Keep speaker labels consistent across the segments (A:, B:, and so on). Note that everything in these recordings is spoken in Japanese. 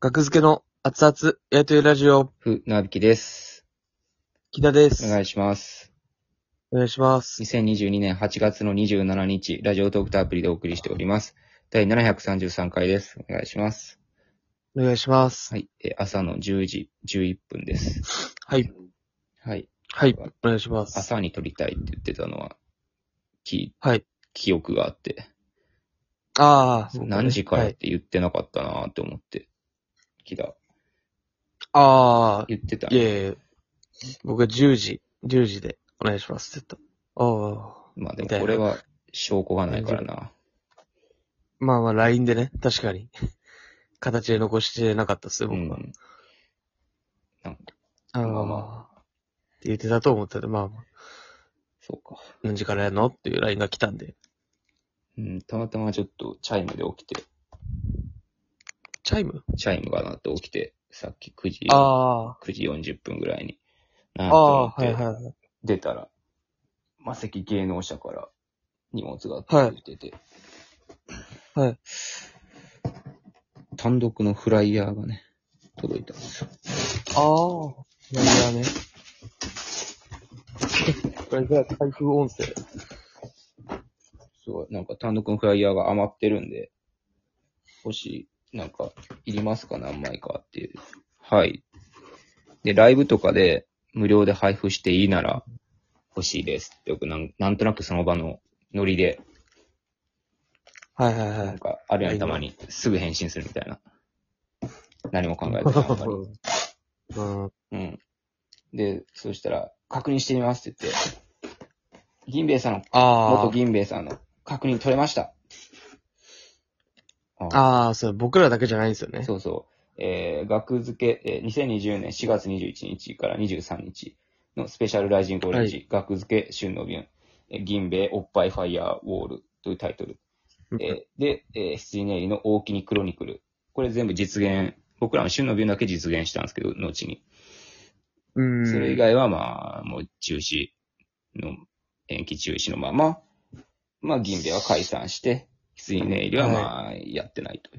A: 学付けの熱々やりとりラジオ、
B: ふ、なびきです。
A: 木田です。
B: お願いします。
A: お願いします。
B: 2022年8月の27日、ラジオトークとアプリでお送りしております。第733回です。お願いします。
A: お願いします。
B: はい。えー朝の10時11分です。
A: はい。
B: はい。
A: はい。お願いします。
B: 朝に撮りたいって言ってたのは、き、
A: はい。
B: 記憶があって、
A: ああ、そうかね
B: 何時から
A: は
B: っ
A: い
B: て言ってなかったなーって思って、きだ、
A: ああ、
B: 言ってた。
A: いえいえ。僕は10時、10時でお願いしますって言った。ああ。
B: まあ
A: み
B: でも
A: たいな
B: これは証拠がないからな。
A: まあまあ、LINE でね、確かに。 形で残してなかったっす、
B: う
A: 僕は。
B: ん。
A: ああ、
B: まあま
A: って言ってたと思ったんで、まあまあ、
B: そうか。
A: 何時からやるのっていう LINE が来たんで。
B: うん、たまたまちょっとチャイムで起きて、
A: チャイム
B: チャイムが鳴って起きて、さっき9時、
A: あ
B: 9時40分ぐらいに、
A: あ、
B: な
A: ああ、
B: んと
A: は
B: 思
A: い
B: って
A: はいはい。
B: 出たら、魔石芸能者から荷物が届いてて、
A: はい。
B: 単独のフライヤーがね、届いたんですよ。
A: ああ、いやいやね。これが開封音声。
B: すごい、なんか単独のフライヤーが余ってるんで、欲しい、なんか、いりますか何枚かっていう。はい。で、ライブとかで無料で配布していいなら欲しいですって、よくなんなんとなくその場のノリで、
A: はいはいは
B: なん
A: い。
B: か、あるやん、たまに、すぐ返信するみたいな。何も考えてない。あん まり
A: うん。
B: うん。で、そうしたら、確認してみますって言って、銀兵衛さんの
A: あ
B: 元銀兵衛さんの確認取れました。
A: あ。ああ、そう、僕らだけじゃないんですよね。
B: そうそう。えー、学付け、えー、2020年4月21日から23日のスペシャルライジングオレンジ、学付け旬の便、えー銀兵衛おっぱいファイヤーウォールというタイトル。えーで、えー、羊ネイリの大木にクロニクル。これ全部実現、僕らの旬の便だけ実現したんですけど、後に。
A: うん。
B: それ以外はまあ、もう中止の、延期中止のまま、まあ、銀兵衛は解散して、羊ネイリはまあ、やってないと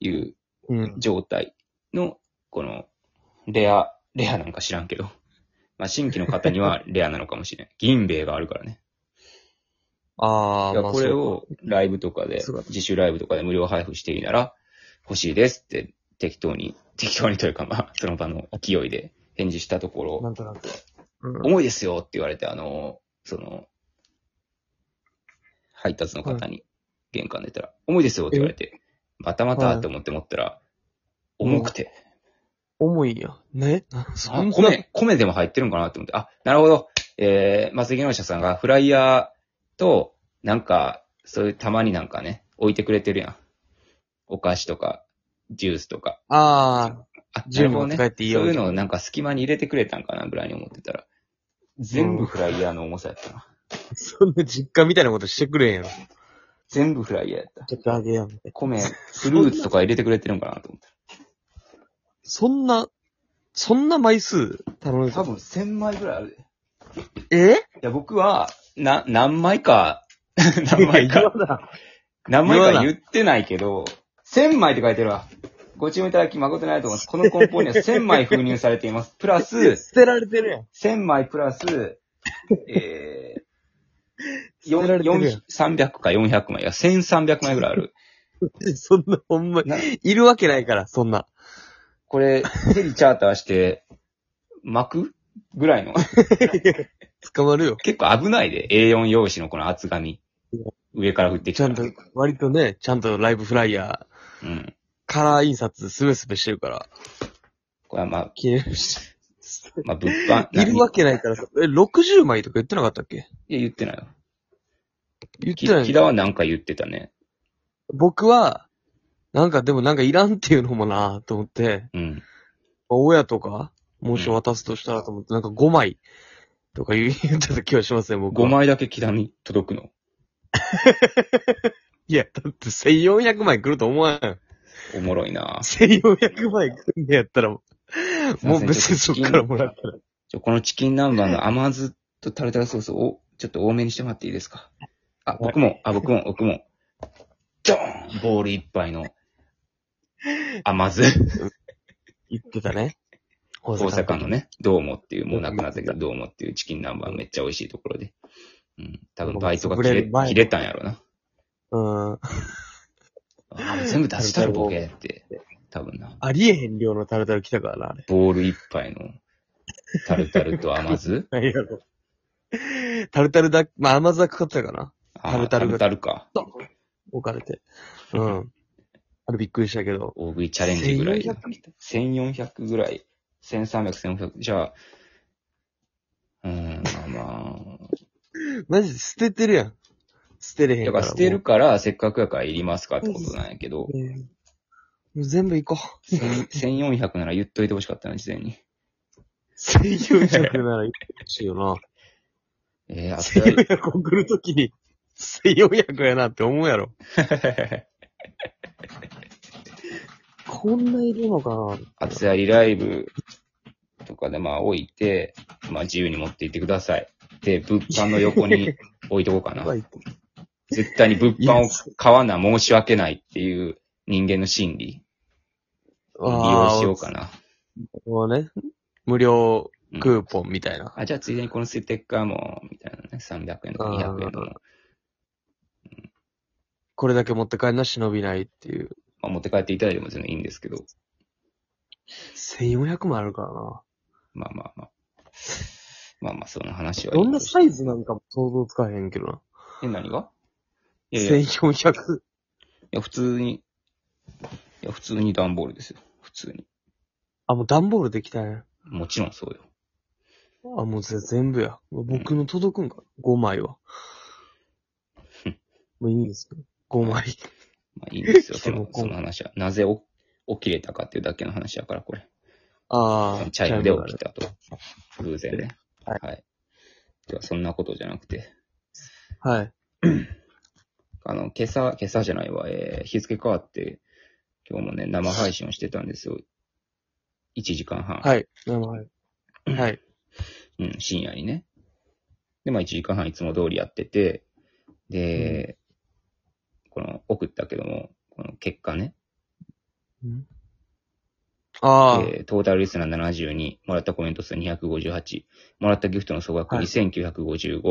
B: いう
A: うん。
B: 状態の、この、レア、レアなんか知らんけど。 まあ、新規の方に はレアなのかもしれん。銀兵衛があるからね。
A: あ
B: だ
A: あ、ま
B: から
A: あ、
B: これをライブとかで
A: そうだ、
B: 自主ライブとかで無料配布していいなら、欲しいですって適当に、適当にというかまあ、その場の勢いで返事したとこ
A: そうか。な
B: ろ、
A: んとなく。うん。
B: 重いですよって言われて、あの、その、配達の方に玄関出たら、重いですよって言われて、またまたって思って持ったら、
A: うん
B: 重くて、
A: 重いんや。ねそ
B: あ
A: んな。
B: 米、米でも入ってるんかなって思って、あ、なるほど。えー、松井芸能者さんがフライヤーと、なんか、そういうたまになんかね、置いてくれてるやん。お菓子とか、ジュースとか。
A: ああ、
B: あ、
A: ジュースも
B: なる
A: 使
B: ほど
A: えていいよ
B: そういうのをなんか隙間に入れてくれたんかなぐらいに思ってたら、全部フライヤーの重さやったな。
A: そんな実家みたいなことしてくれへんやろ。
B: 全部フライヤーやった。
A: ちょっとあげやん。
B: 米、フルーツとか入れてくれてるんかなと思っ
A: そんな、そんな枚数頼むんで
B: た。
A: すか
B: 多分1000枚ぐらいあるで。い
A: え
B: や、僕は、な、何枚か、 何枚 か。
A: 言わな
B: 何枚か言ってないけど、1000枚って書いてるわ。ご注文いただき誠にありがとうございます。この梱包には1000枚封入されています。プラス、
A: 捨てられてるやん。
B: 1000枚プラス、えー、
A: 捨てられてるや
B: 4
A: ん
B: 300か400枚。いや、1300枚ぐらいある。
A: そんな、ほんまに、
B: ない
A: るわけないから、そんな。
B: これ、ヘリチャーターして、巻くぐらいの。
A: 捕まるよ。
B: 結構危ないで。A4 用紙のこの厚紙。上から振ってき
A: ち
B: た
A: ゃ
B: ら
A: んと、割とね、ちゃんとライブフライヤー、
B: うん。
A: カラー印刷すべすべしてるから、
B: これはまあ、
A: 消えるし。
B: まあ、物販。
A: いるわけないからさ。え、60枚とか言ってなかったっけ
B: いや、言ってないよ。
A: 言っ
B: き
A: てない
B: 木田はなんか言ってたね。
A: 僕は、なんかでもなんかいらんっていうのもなぁと思って、
B: うん。
A: 親とか、もし渡すとしたらと思って、なんか5枚とか言う言ってた気はしますね、僕
B: 5
A: は。
B: 枚だけ刻み届くの。
A: いや、だって1400枚来ると思わん。
B: おもろいな
A: 1400枚来るんのやったら、も
B: すいま
A: う
B: せん
A: 別に
B: ち
A: そ
B: ょ
A: っ
B: っとチキン
A: からもらったら。
B: ちょこのチキン南蛮の甘酢とタルタルソースをちょっと多めにしてもらっていいですかあ、僕も、あ、僕も、僕も。ドーンボール一杯の甘酢。
A: 言ってたね。大
B: 大阪の。ね、どうもっていう、もうなくなったけ
A: う
B: ど、どうもっていうチキン南蛮めっちゃ美味しいところで。うん。多分バイトが
A: 潰れ
B: 切
A: る
B: れ
A: 前
B: 切れたんやろな。
A: うん。
B: あもう全部出したるボケって。多分な。
A: ありえへん量のタルタル来たからな、あれ。
B: ボール一杯のタルタルと甘酢
A: 何やろ。タルタルだ、まあ甘酢はかかってたかな。
B: あ
A: タルタルが
B: タルか。
A: 置かれて。うん。あれびっくりしたけど。
B: 大食いチャレンジぐらい。
A: 1400
B: 1400ぐらい。1300、1400。じゃあ、うーん、まあまあ。
A: マジで捨ててるやん。捨てれへん
B: だ
A: か。
B: からら捨てるから、せっかくやからいりますかってことなんやけど
A: も、う。うんもう全部行こう。
B: 1000 1400なら言っといてほしかったな、事前に。
A: 1400なら行しいよな。
B: えー、あったら
A: 1400送るときに、1400やなって思うやろ。こんないるのかな
B: 熱やりライブとかでまあ置いて、まあ自由に持って行ってください。で、物販の横に置いとこうかな。
A: はい
B: 絶対に物販を買わな申し訳ないっていう人間の心理、利用しようかな。
A: もうね、無料クーポンみたいな。
B: あ、じゃあついでにこのステッカーも、みたいなね、300円とか200円の
A: あー、これだけ持って帰んな忍びないっていう。
B: まあ持って帰っていただいても全然いいんですけど、
A: 1400もあるからな。
B: まあまあまあ。まあまあ、その話はいい
A: どんなサイズなんかも想像つかへんけどな。
B: え、何がいやいや、い
A: 1400。
B: や普通に、いや、普通に段ボールですよ。普通に。
A: あ、もう段ボールできたね。
B: もちろんそうよ。
A: あ、もうぜ全部や。僕の届くんか。5枚 は。もういいんですけど。5枚。
B: まあいいん ですよ、そ
A: で
B: の
A: もこう
B: その話は。なぜお起きれたかっていうだけの話やから、これ。
A: ああ。
B: チャイムで起きたと。偶然ね。
A: は
B: はい。では、そんなことじゃなくて、
A: はい。
B: あの、今朝、今朝じゃないわ、えー、日付変わって、今日もね、生配信をしてたんですよ。1時間半。
A: はい。生配信はい。
B: うん、深夜にね。で、まあ1時間半いつも通りやってて、で、この、送ったけども、この結果ね、
A: うんああ。
B: えートータルリスナー72、もらったコメント数258、もらったギフトの総額
A: はい
B: 2955、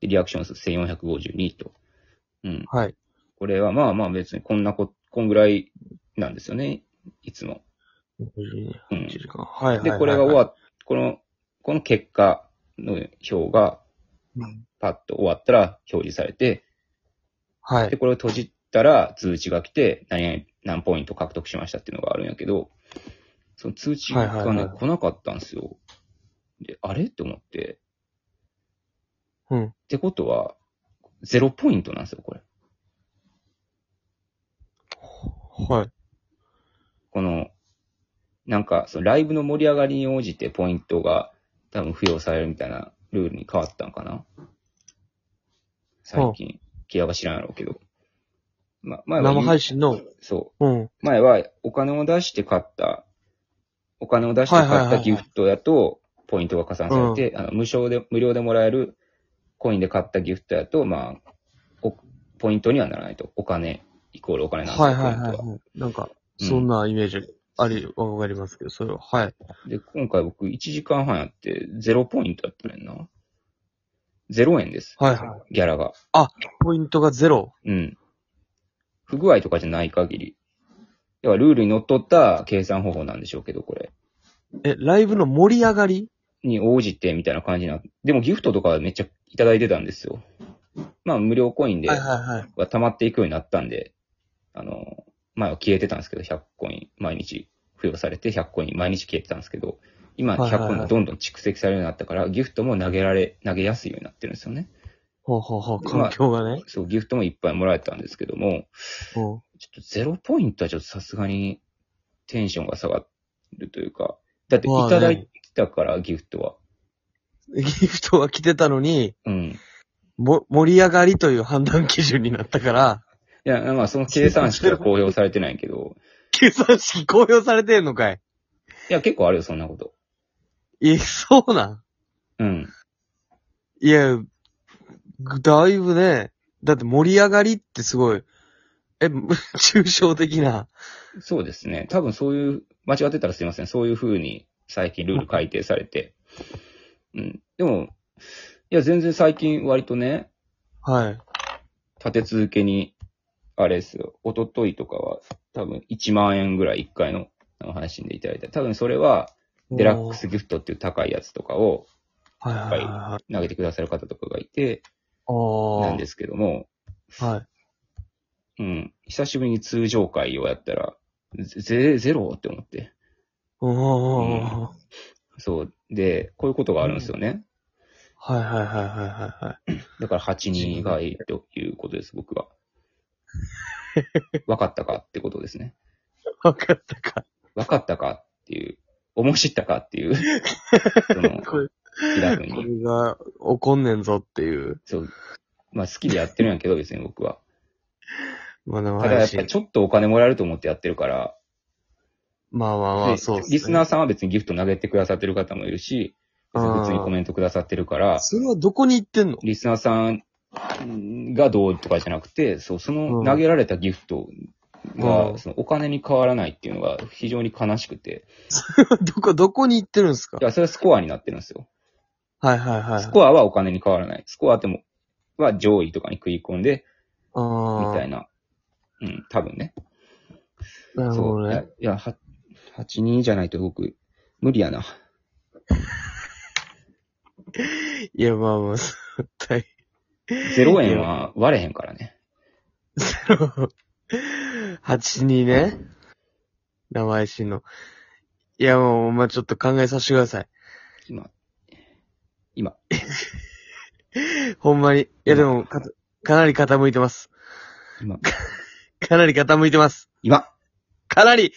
B: でリアクション数1452と。うん。
A: はい。
B: これはまあまあ別にこんなこ、こんぐらいなんですよね、いつも。うん
A: 1。時間。はいはいはいはい。
B: で、これが終わっ、この、この結果の表が
A: うん
B: パッと終わったら表示されて、
A: は
B: で、
A: い。
B: これを閉じたら通知が来て、何々何ポイント獲得しましたっていうのがあるんやけど、その通知がね、
A: はいはいはい
B: 来なかったんですよ。で、あれって思って。
A: うん
B: ってことは、ゼロポイントなんですよ、これ。
A: はい。
B: この、なんか、そのライブの盛り上がりに応じてポイントが多分付与されるみたいなルールに変わったんかな最近。キアが知らんやろうけど。ま、前は
A: 生配信の、
B: そう。
A: うん。
B: 前はお金を出して買った、お金を出して
A: はい
B: 買
A: は
B: っ
A: いはい
B: た
A: はい
B: ギフトだと、ポイントが加算されて、あの無償で、無料でもらえるコインで買ったギフトだと、まあ、おポイントにはならないと。お金、イコールお金なんですよ
A: はいはい
B: ポイ
A: は
B: ン
A: い
B: トは
A: はい。なんか、そんなイメージあり、わかりますけど、それは。はい。
B: で、今回僕1時間半やって、0ポイントやったねんな。0円です。
A: はいはい。
B: ギャラが。
A: ポイントがゼロ。
B: うん。不具合とかじゃない限り。要はルールにのっとった計算方法なんでしょうけど、これ。
A: え、ライブの盛り上がり
B: に応じてみたいな感じな。でもギフトとかはめっちゃいただいてたんですよ。まあ無料コインで
A: はいはいはい。
B: は溜まっていくようになったんで、あの、前は消えてたんですけど、100コイン毎日付与されて100コイン毎日消えてたんですけど、今
A: はいはい
B: 100コインがどんどん蓄積されるようになったから、ギフトも投げられ、投げやすいようになってるんですよね。
A: ほうほうほう、環境がね。
B: そう、ギフトもいっぱいもらえたんですけども、
A: うん。
B: ちょっとゼロポイントはちょっとさすがにテンションが下がるというか、だっていただいてたから、ギフトは。
A: ギフトは来てたのに、
B: うん。
A: も、盛り上がりという判断基準になったから、
B: いや、まあ、その計算式は公表されてないけど、
A: 計算式公表されてんのかい。
B: いや、結構あるよ、そんなこと。
A: え、そうなん
B: うん。
A: いや、ぐだいぶね、だって盛り上がりってすごい、え、む抽象的な。
B: そうですね。多分そういう、間違ってたらすいません。そういう風に最近ルール改定されて。うん。でも、いや、全然最近割とね、
A: はい。
B: 立て続けに、あれですよ、一昨日とかは多分1万円ぐらい1回の配信でいただいた。多分それは、デラックスギフトっていう高いやつとかを
A: おー。はいはいはいはい。
B: 投げてくださる方とかがいて、
A: ああ。
B: なんですけども、
A: はい。
B: うん。久しぶりに通常会をやったら、ゼゼロって思って。
A: おー。
B: そう。で、こういうことがあるんですよね。
A: はいはいはいはいはいはい。
B: だから8人以外ということです、僕は。分かったかってことですね。
A: わかったか。
B: 分かったかっていう、思い知った かっていう、その、
A: これ、
B: 平君
A: こ
B: に。
A: れが怒んねんぞっていう。
B: そう。まあ好きでやってるんやけど、別に僕は。
A: まあでも
B: ただや
A: 配
B: っぱ
A: 信
B: り。ちょっとお金もらえると思ってやってるから、
A: まあまあま
B: で
A: あ、そうですね。
B: リスナーさんは別にギフト投げてくださってる方もいるし、別に普通にコメントくださってるから、
A: それはどこに行ってんの
B: リスナーさんがどうとかじゃなくて、そう、その投げられたギフトが、
A: うん
B: そのお金に変わらないっていうのが非常に悲しくて、
A: どこ、どこに行ってるんですか
B: いや、それはスコアになってるんですよ。
A: はいはいはい。
B: スコアはお金に変わらない。スコアでも、は上位とかに食い込んで、み
A: ああ。
B: たいな。うん、多分ね。
A: なるほ
B: そ
A: ど
B: う。いや
A: ね。、
B: いやは8人じゃないと僕、無理やな。
A: いや、まあまあ、そう大
B: 0円は割れへんからね。
A: 8にね、生配信の。いや、もう、まあちょっと考えさせてください。
B: 今、今、
A: ほんまに。いや、でも、か、かなり傾いてます。
B: 今、
A: かなり傾いてます。
B: 今
A: かなり